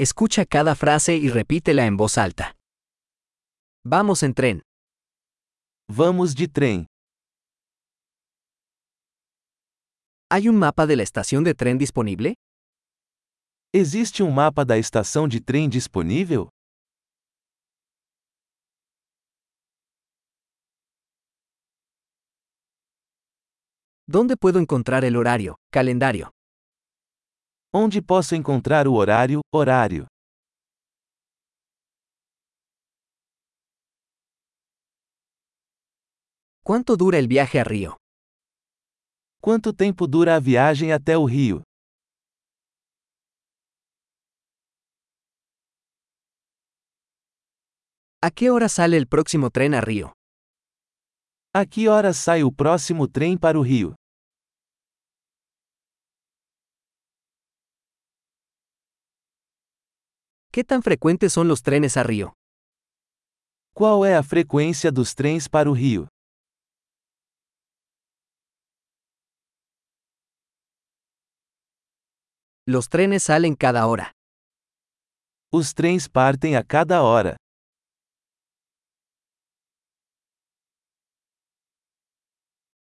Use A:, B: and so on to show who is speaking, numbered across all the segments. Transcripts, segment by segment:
A: Escucha cada frase y repítela en voz alta. Vamos en tren.
B: Vamos de trem.
A: ¿Hay un mapa de la estación de tren disponible?
B: Existe um mapa da estação de trem disponível?
A: ¿Dónde puedo encontrar el horario, calendario?
B: Onde posso encontrar o horário, horário?
A: ¿Cuánto dura el viaje a Río?
B: Quanto tempo dura a viagem até o Rio?
A: ¿A qué hora sale el próximo tren a Río?
B: A que horas sai o próximo trem para o Rio?
A: ¿Qué tan frecuentes son los trenes a Río?
B: Qual é a frequência dos trens para o Rio?
A: Los trenes salen cada hora.
B: Os trens partem a cada hora.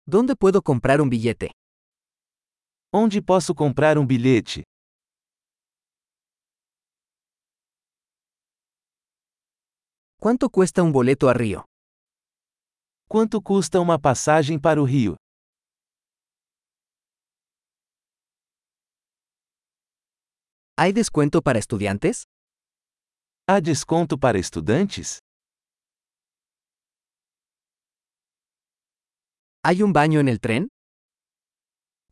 A: ¿Dónde puedo comprar un billete?
B: Onde posso comprar um bilhete?
A: ¿Cuánto cuesta un boleto a Río?
B: Quanto custa uma passagem para o Rio?
A: ¿Hay descuento para estudiantes?
B: Há desconto para estudantes?
A: ¿Hay un baño en el tren?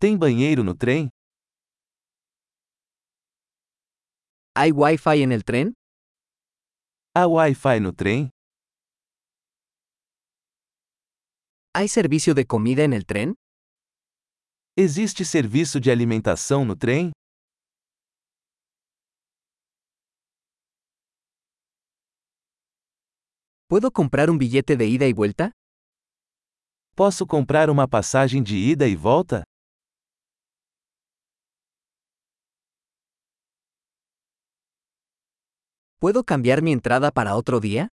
B: Tem banheiro no trem?
A: ¿Hay Wi-Fi en el tren?
B: Há Wi-Fi no trem?
A: ¿Hay servicio de comida en el tren?
B: Existe serviço de alimentação no trem?
A: ¿Puedo comprar un billete de ida y vuelta?
B: Posso comprar uma passagem de ida e volta?
A: ¿Puedo cambiar mi entrada para otro día?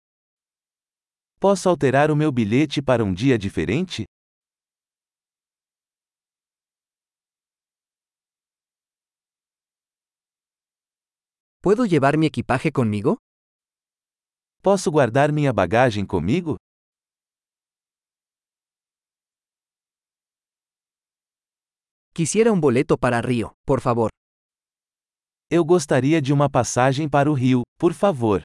B: Posso alterar o meu bilhete para um dia diferente?
A: ¿Puedo llevar mi equipaje conmigo?
B: Posso guardar minha bagagem comigo?
A: Quisiera un boleto para Río, por favor.
B: Eu gostaria de uma passagem para o Rio, por favor.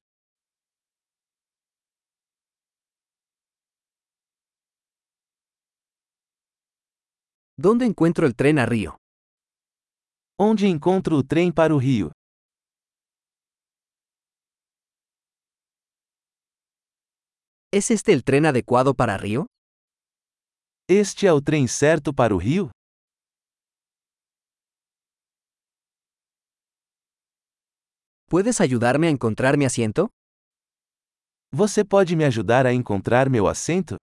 A: ¿Dónde encuentro el tren a Río?
B: Onde encontro o trem para o Rio?
A: ¿Es este el tren adecuado para Río?
B: Este é o trem certo para o Rio?
A: ¿Puedes ayudarme a encontrar mi asiento?
B: Você pode me ajudar a encontrar meu assento?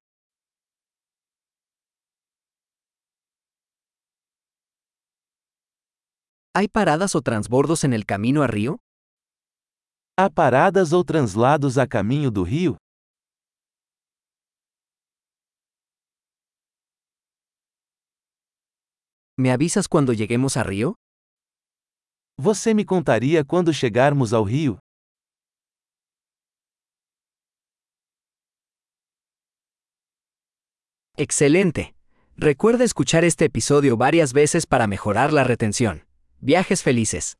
A: ¿Hay paradas o transbordos en el camino a Río?
B: Há paradas ou translados a caminho do Rio?
A: ¿Me avisas cuando lleguemos a Río?
B: Você me contaria quando chegarmos ao Rio?
A: Excelente. Recuerda escuchar este episodio varias veces para mejorar la retención. Viajes felices.